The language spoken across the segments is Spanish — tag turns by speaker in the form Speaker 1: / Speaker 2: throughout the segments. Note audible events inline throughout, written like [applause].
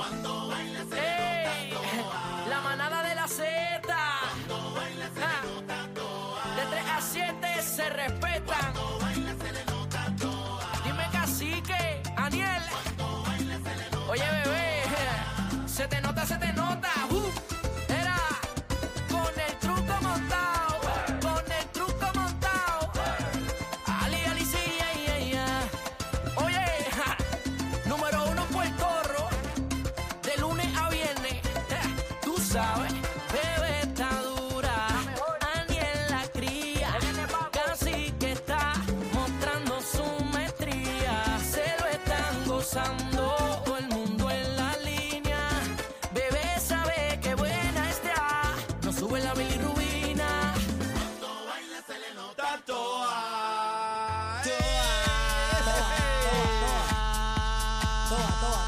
Speaker 1: ¡Ey! La manada de la Z. De 3 a 7 se respetan. Dime cacique, Aniel. Oye, bebé. Se te nota, se te nota. Uh, era con el truco montado. Con el truco montado. Ali, ali, sí, ay, ay, ay. Oye, ja, número uno en Puerto Rico de lunes a viernes. eh, Tú sabes, bebé está dura, Aniel la cría, casi que está mostrando su maestría. Se lo están gozando. todo el mundo en la línea. Bebé sabe que buena está, no sube la bilirrubina.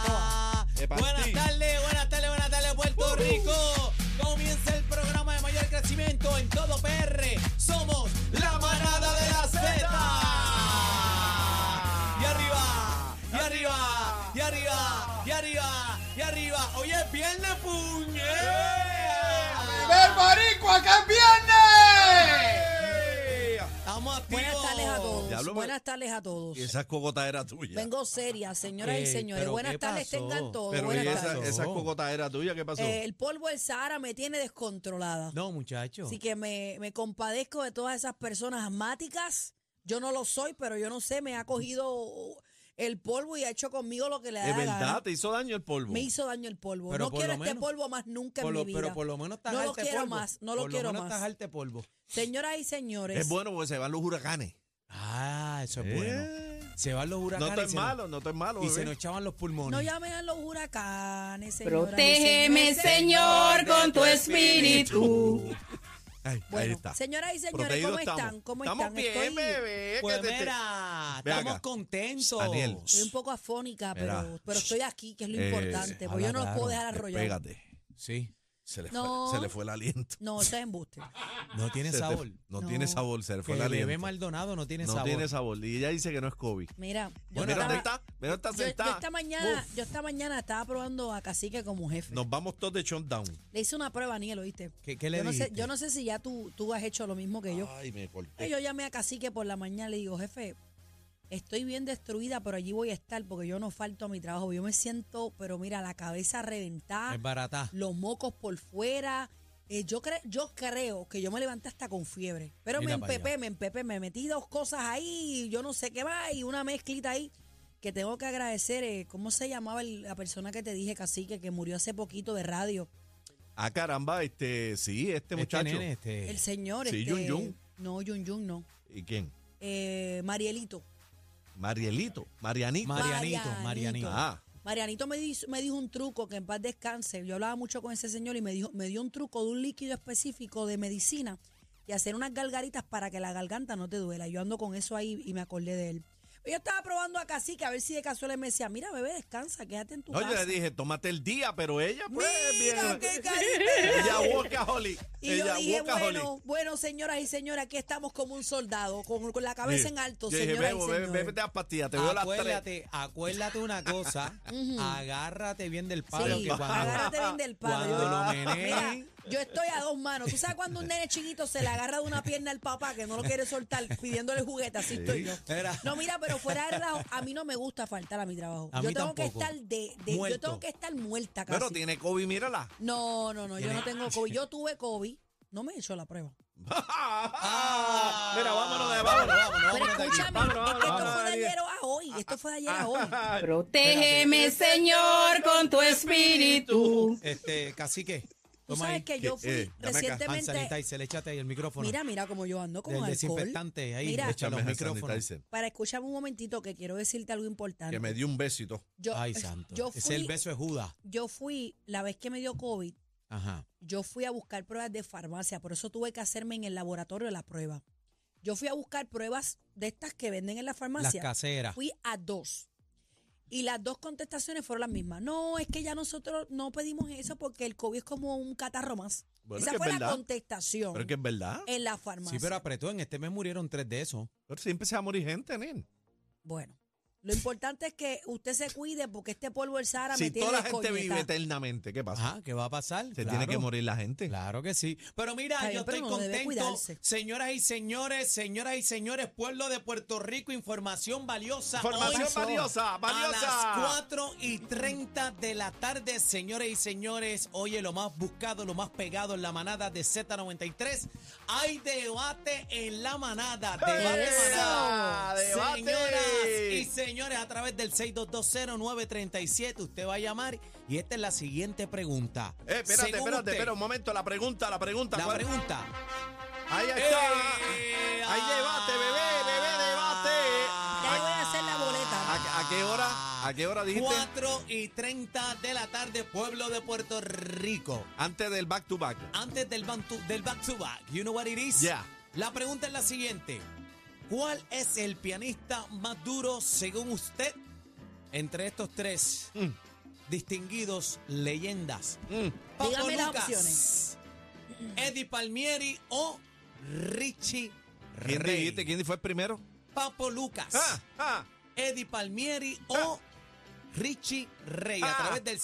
Speaker 2: Buenas tardes, buenas tardes, buenas tardes, Puerto Rico. Comienza el programa de mayor crecimiento en todo PR. Somos la manada de la Z. Y arriba, y arriba, y arriba, y arriba, y arriba. Hoy es viernes, puñe.
Speaker 3: ¡Ver boricua que es viernes!
Speaker 2: Estamos activos.
Speaker 4: Buenas tardes a todos.
Speaker 5: Diablo,
Speaker 4: Buenas tardes a todos.
Speaker 5: Y esa cogota era tuya.
Speaker 4: Vengo seria, señoras
Speaker 2: Ey,
Speaker 4: y
Speaker 2: Eh,
Speaker 4: señores.
Speaker 2: ¿pero
Speaker 4: Buenas
Speaker 2: qué
Speaker 4: tardes
Speaker 2: pasó?
Speaker 4: tengan todos.
Speaker 5: Pero
Speaker 4: Buenas
Speaker 5: y esa,
Speaker 4: tardes.
Speaker 5: esa cogota era tuya, ¿qué pasó?
Speaker 4: Eh, el polvo del Sahara me tiene descontrolada.
Speaker 2: No, muchachos.
Speaker 4: Así que me, me compadezco de todas esas personas asmáticas. Yo no lo soy, pero yo no sé, me ha cogido el polvo y ha hecho conmigo lo que le da
Speaker 5: de
Speaker 4: la
Speaker 5: verdad,
Speaker 4: gana.
Speaker 5: te hizo daño el polvo.
Speaker 4: Me hizo daño el polvo.
Speaker 2: Pero
Speaker 4: no
Speaker 2: por
Speaker 4: quiero
Speaker 2: lo
Speaker 4: este
Speaker 2: menos-
Speaker 4: polvo más nunca
Speaker 2: Por
Speaker 4: en
Speaker 2: lo-
Speaker 4: mi vida.
Speaker 2: Pero por lo menos
Speaker 4: no lo
Speaker 2: tajarte
Speaker 4: quiero
Speaker 2: polvo.
Speaker 4: más, no lo
Speaker 2: Por
Speaker 4: quiero
Speaker 2: menos
Speaker 4: más.
Speaker 2: tajarte polvo.
Speaker 4: Señoras y señores,
Speaker 5: es bueno porque se van los huracanes.
Speaker 2: Ah, eso es
Speaker 5: Eh,
Speaker 2: bueno. Se van los
Speaker 5: No
Speaker 2: huracanes.
Speaker 5: estoy
Speaker 2: y se nos-
Speaker 5: malo, no estoy malo.
Speaker 2: Y
Speaker 5: bebé.
Speaker 2: se nos echaban los pulmones.
Speaker 4: no llamen a los huracanes, señoras y
Speaker 6: Protégeme,
Speaker 4: señores.
Speaker 6: Señor, con tu espíritu.
Speaker 5: Ay, ahí
Speaker 4: Bueno,
Speaker 5: está.
Speaker 4: señoras y señores,
Speaker 5: Protegidos
Speaker 4: ¿cómo
Speaker 5: estamos.
Speaker 4: están? ¿Cómo
Speaker 5: estamos
Speaker 4: están?
Speaker 5: bien,
Speaker 4: Estoy-
Speaker 5: bebé. que
Speaker 2: Pues
Speaker 5: te- te-
Speaker 2: mira,
Speaker 5: Ve
Speaker 2: estamos
Speaker 5: acá.
Speaker 2: contentos.
Speaker 5: Daniel,
Speaker 4: Estoy un poco afónica, pero,
Speaker 5: Mira,
Speaker 4: pero estoy aquí, que es lo
Speaker 5: eh,
Speaker 4: importante, porque yo no los
Speaker 2: habla
Speaker 4: puedo
Speaker 2: claro,
Speaker 4: dejar arrollar.
Speaker 5: Pégate.
Speaker 2: Sí,
Speaker 5: Se le,
Speaker 4: No.
Speaker 5: fue, se le fue el aliento.
Speaker 4: No, eso es embuste.
Speaker 2: no tiene
Speaker 5: Se te-
Speaker 2: sabor.
Speaker 5: no,
Speaker 4: No.
Speaker 5: tiene sabor, se le
Speaker 2: Que
Speaker 5: fue el
Speaker 2: el bebé
Speaker 5: aliento.
Speaker 2: Maldonado no tiene
Speaker 5: no
Speaker 2: sabor.
Speaker 5: tiene sabor. Y ella dice que no es COVID.
Speaker 4: Mira, yo,
Speaker 2: Bueno,
Speaker 5: Pues mira dónde
Speaker 4: estaba-
Speaker 5: está, mira dónde está
Speaker 4: yo- yo
Speaker 5: sentada.
Speaker 4: esta mañana,
Speaker 5: Uf,
Speaker 4: yo esta mañana estaba probando a Cacique como jefe.
Speaker 5: nos vamos todos de shutdown.
Speaker 4: Le hice una prueba a Niel, ¿oíste?
Speaker 2: ¿Qué- qué le
Speaker 4: yo no, sé,
Speaker 2: dijiste?
Speaker 4: yo no sé si ya tú, tú has hecho lo mismo que yo.
Speaker 5: Ay, me corté.
Speaker 4: Eh, Yo llamé a Cacique por la mañana y le digo, jefe, estoy bien destruida, pero allí voy a estar porque yo no falto a mi trabajo. Yo me siento, pero mira, la cabeza reventada.
Speaker 2: Es barata.
Speaker 5: Este
Speaker 4: los mocos por fuera. Eh, yo, cre- yo creo que yo me levanté hasta con fiebre. Pero
Speaker 2: Mira
Speaker 4: me
Speaker 2: pa'
Speaker 4: empepé, me empepé, me metí dos cosas ahí, yo no sé qué va, y una mezclita ahí que tengo que agradecer. eh, ¿Cómo se llamaba el- la persona que te dije, Cacique, que murió hace poquito de radio?
Speaker 5: Ah, caramba, este, sí, este muchacho.
Speaker 2: Este nene, este-
Speaker 4: El señor.
Speaker 5: sí,
Speaker 4: este,
Speaker 5: Yun Yun.
Speaker 4: No, Yun Yun no.
Speaker 5: ¿Y quién?
Speaker 4: Eh, Marielito.
Speaker 5: Marielito, Marianito.
Speaker 2: Ma- Marianito, Marianito.
Speaker 5: ah,
Speaker 4: Marianito me dijo, me dijo un truco que en paz descanse. Yo hablaba mucho con ese señor y me dijo, me dio un truco de un líquido específico de medicina y hacer unas gargaritas para que la garganta no te duela. Yo ando con eso ahí y me acordé de él. Yo estaba probando a Cacique a ver si de casualidad me decía, mira bebé, descansa, quédate en tu
Speaker 5: no, yo
Speaker 4: casa.
Speaker 5: le dije, tómate el día, pero ella, pues,
Speaker 4: Mira
Speaker 5: bien. [laughs]
Speaker 4: qué carita.
Speaker 5: Ella boca, Holly.
Speaker 4: Y
Speaker 5: ella
Speaker 4: yo dije,
Speaker 5: boca,
Speaker 4: bueno, bueno, señoras y señores, aquí estamos como un soldado, con, con la cabeza en alto,
Speaker 5: Yo dije,
Speaker 4: señoras
Speaker 5: bebo,
Speaker 4: y
Speaker 5: bebe,
Speaker 4: señores.
Speaker 5: bébete las pastillas, te veo a las tres.
Speaker 2: Acuérdate, acuérdate una cosa, agárrate bien del palo
Speaker 4: Sí,
Speaker 2: que cuando,
Speaker 4: agárrate bien del palo.
Speaker 2: cuando lo
Speaker 4: Yo- Mira,
Speaker 2: meneen,
Speaker 4: yo estoy a dos manos. ¿Tú sabes cuando un nene chiquito se le agarra de una pierna al papá que no lo quiere soltar pidiéndole juguete? Así estoy yo.
Speaker 2: Era-
Speaker 4: No, mira, pero fuera de relajo, a mí no me gusta faltar a mi trabajo.
Speaker 2: A
Speaker 4: yo
Speaker 2: mí
Speaker 4: tengo que
Speaker 2: tampoco.
Speaker 4: estar de, de- yo
Speaker 2: Muerto.
Speaker 4: tengo que estar muerta casi.
Speaker 5: Pero tiene COVID, mírala.
Speaker 4: No, no, no, yo no tengo
Speaker 2: [laughs]
Speaker 4: COVID. Yo tuve COVID. No me he hecho la prueba. Ah.
Speaker 7: Ah.
Speaker 5: Mira, vámonos de vámonos, vámonos.
Speaker 4: Pero
Speaker 5: vámonos de aquí.
Speaker 4: escúchame,
Speaker 5: Vámonos,
Speaker 4: es que
Speaker 5: vámonos,
Speaker 4: esto fue de
Speaker 5: vámonos,
Speaker 4: ayer a hoy. Esto fue de ayer a hoy.
Speaker 6: Protégeme, Señor, con tu espíritu.
Speaker 2: este, cacique,
Speaker 4: Tú
Speaker 2: Toma
Speaker 4: sabes
Speaker 2: ahí.
Speaker 4: que yo fui
Speaker 7: eh, dame acá,
Speaker 2: Hand
Speaker 4: recientemente.
Speaker 2: sanitizer, échate ahí el micrófono.
Speaker 4: Mira, mira cómo yo ando con
Speaker 2: Del
Speaker 4: alcohol.
Speaker 2: desinfectante, ahí,
Speaker 4: Mira,
Speaker 2: échalo.
Speaker 7: Échame
Speaker 2: los
Speaker 7: hand
Speaker 2: micrófonos.
Speaker 7: sanitizer,
Speaker 4: para escúchame un momentito que quiero decirte algo importante.
Speaker 7: Que me dio un besito.
Speaker 4: yo,
Speaker 2: Ay, santo.
Speaker 4: Yo
Speaker 2: Ese es el
Speaker 4: fui,
Speaker 2: beso de Judas.
Speaker 4: yo fui, la vez que me dio COVID,
Speaker 2: Ajá.
Speaker 4: yo fui a buscar pruebas de farmacia, por eso tuve que hacerme en el laboratorio la prueba. Yo fui a buscar pruebas de estas que venden en la
Speaker 2: Las
Speaker 4: farmacia.
Speaker 2: caseras.
Speaker 4: Fui a dos. Y las dos contestaciones fueron las mismas. No, es que ya nosotros no pedimos eso porque el COVID es como un catarro más.
Speaker 7: Bueno,
Speaker 4: Esa
Speaker 7: que es
Speaker 4: fue la
Speaker 7: verdad.
Speaker 4: contestación
Speaker 7: Pero es que es verdad.
Speaker 4: en la
Speaker 2: Sí,
Speaker 4: farmacia.
Speaker 2: pero apretó. En este mes murieron tres de esos.
Speaker 7: Pero siempre se va a morir gente, nen.
Speaker 4: Bueno, lo importante es que usted se cuide porque este polvo del Sahara me
Speaker 7: Si
Speaker 4: tiene
Speaker 7: toda la gente
Speaker 4: coñeta.
Speaker 7: vive eternamente, ¿qué pasa?
Speaker 2: Ajá, ¿qué va a pasar?
Speaker 7: Se
Speaker 2: Ah, Claro.
Speaker 7: tiene que morir la gente.
Speaker 2: Claro que sí. Pero mira,
Speaker 4: Está
Speaker 2: yo
Speaker 4: bien, pero
Speaker 2: estoy
Speaker 4: uno debe
Speaker 2: contento.
Speaker 4: cuidarse.
Speaker 2: Señoras y señores, señoras y señores, pueblo de Puerto Rico, información valiosa.
Speaker 7: Información
Speaker 2: Hoy
Speaker 7: valiosa, valiosa.
Speaker 2: A las 4 y 30 de la tarde, señores y señores. Oye, lo más buscado, lo más pegado en la manada de Z93. Hay debate en la manada. Debate
Speaker 4: ¡Eso!
Speaker 2: manada.
Speaker 7: ¡Debate!
Speaker 2: Señoras y señores, a través del 6220937, usted va a llamar. Y esta es la siguiente pregunta.
Speaker 7: Eh, espérate,
Speaker 2: Según
Speaker 7: espérate,
Speaker 2: usted,
Speaker 7: espera un momento. La pregunta, la pregunta.
Speaker 2: la
Speaker 7: ¿cuál-
Speaker 2: pregunta.
Speaker 7: Ahí está.
Speaker 2: ¡Eh!
Speaker 7: Hay debate, bebé, bebé, debate.
Speaker 4: Ya le voy a hacer la boleta.
Speaker 7: ¿A, a qué hora? ¿A qué hora dijiste?
Speaker 2: 4 y 30 de la tarde, pueblo de Puerto Rico.
Speaker 7: Antes del back to back.
Speaker 2: Antes del, ban- tu- del back to back, you know what it is?
Speaker 7: Yeah.
Speaker 2: La pregunta es la siguiente. ¿Cuál es el pianista más duro según usted entre estos tres
Speaker 7: Mm.
Speaker 2: distinguidos leyendas?
Speaker 7: Mm.
Speaker 2: Papo
Speaker 4: Dígame las
Speaker 2: Lucas,
Speaker 4: opciones.
Speaker 2: Eddie Palmieri o Richie Rey.
Speaker 7: ¿Quién dijiste? ¿Quién fue el primero?
Speaker 2: Papo Lucas.
Speaker 7: Ah, ah.
Speaker 2: Eddie Palmieri o Richie Rey a
Speaker 7: Ah.
Speaker 2: través del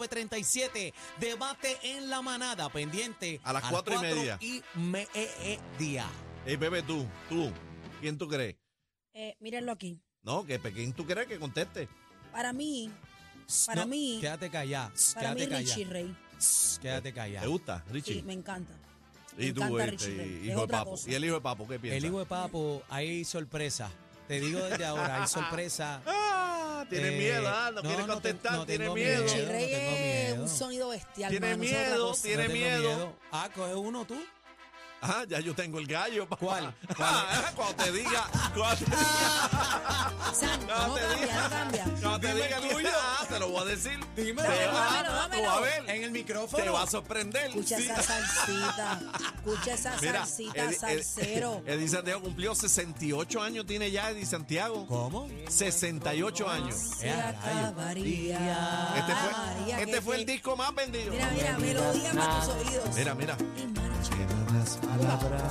Speaker 2: 6220937. Debate en la manada pendiente
Speaker 7: A las cuatro y
Speaker 2: cuatro
Speaker 7: media.
Speaker 2: y eh, media.
Speaker 7: Ey, bebé, tú, tú. ¿Quién tú crees?
Speaker 4: Eh, mírenlo aquí.
Speaker 7: No, que ¿quién tú crees que conteste?
Speaker 4: Para mí, Para mí-
Speaker 2: Quédate callada.
Speaker 4: para mí
Speaker 2: Quédate
Speaker 4: Richie
Speaker 2: callada.
Speaker 4: Rey.
Speaker 2: Quédate
Speaker 7: ¿Te
Speaker 2: callada.
Speaker 7: gusta, Richie?
Speaker 4: Sí, me encanta. me
Speaker 7: y tú,
Speaker 4: encanta
Speaker 7: este,
Speaker 4: Richie Ray, es
Speaker 7: hijo de
Speaker 4: otra
Speaker 7: papo.
Speaker 4: cosa.
Speaker 7: ¿Y el hijo de papo qué piensa?
Speaker 2: El hijo de Papo, hay sorpresa. Te digo desde
Speaker 7: [laughs]
Speaker 2: ahora, hay sorpresa.
Speaker 7: Ah, tiene
Speaker 2: Eh,
Speaker 7: miedo, ah,
Speaker 2: no,
Speaker 7: no, quiere
Speaker 2: no te-
Speaker 7: contestar,
Speaker 2: no
Speaker 7: tiene
Speaker 2: tengo
Speaker 7: miedo.
Speaker 4: Richie
Speaker 2: no
Speaker 4: Rey
Speaker 2: tengo
Speaker 4: es
Speaker 2: miedo.
Speaker 4: un sonido bestial.
Speaker 7: Tiene
Speaker 4: mano, eso es otra
Speaker 7: miedo,
Speaker 4: cosa.
Speaker 7: tiene-
Speaker 2: tengo
Speaker 7: miedo.
Speaker 2: Ah, coge uno tú.
Speaker 7: Ah, ya yo tengo el gallo. papá. [laughs]
Speaker 2: ¿Cuál? ¿Cuál?
Speaker 7: Ah, cuando te diga,
Speaker 2: [laughs]
Speaker 7: cuando te diga,
Speaker 4: Santo, no
Speaker 7: cuando te
Speaker 4: cambia, no cambia.
Speaker 7: diga, [laughs] cuando te
Speaker 2: Dime
Speaker 7: diga
Speaker 2: el
Speaker 7: que-
Speaker 2: tuyo.
Speaker 7: ah, te lo voy a decir.
Speaker 2: Dímelo,
Speaker 7: Te
Speaker 4: dámelo,
Speaker 7: va-
Speaker 4: dámelo.
Speaker 7: tú vas a ver,
Speaker 2: En el micrófono.
Speaker 7: te va a sorprender.
Speaker 4: Escucha
Speaker 7: Sí.
Speaker 4: esa salsita. Escucha esa
Speaker 7: [laughs] Mira,
Speaker 4: salsita,
Speaker 7: Edi- Edi-
Speaker 4: salsero.
Speaker 7: [laughs] Edi Santiago cumplió 68 años, tiene ya Eddie Santiago.
Speaker 2: ¿Cómo?
Speaker 7: 68 años.
Speaker 4: Se
Speaker 2: Eh, a
Speaker 4: acabaría.
Speaker 7: Este fue,
Speaker 4: María,
Speaker 7: este
Speaker 4: que-
Speaker 7: fue el
Speaker 4: que-
Speaker 7: disco más vendido.
Speaker 4: Mira, mira, melodía para tus oídos.
Speaker 7: Mira, mira.
Speaker 4: Y marcha.
Speaker 7: Eran las palabras.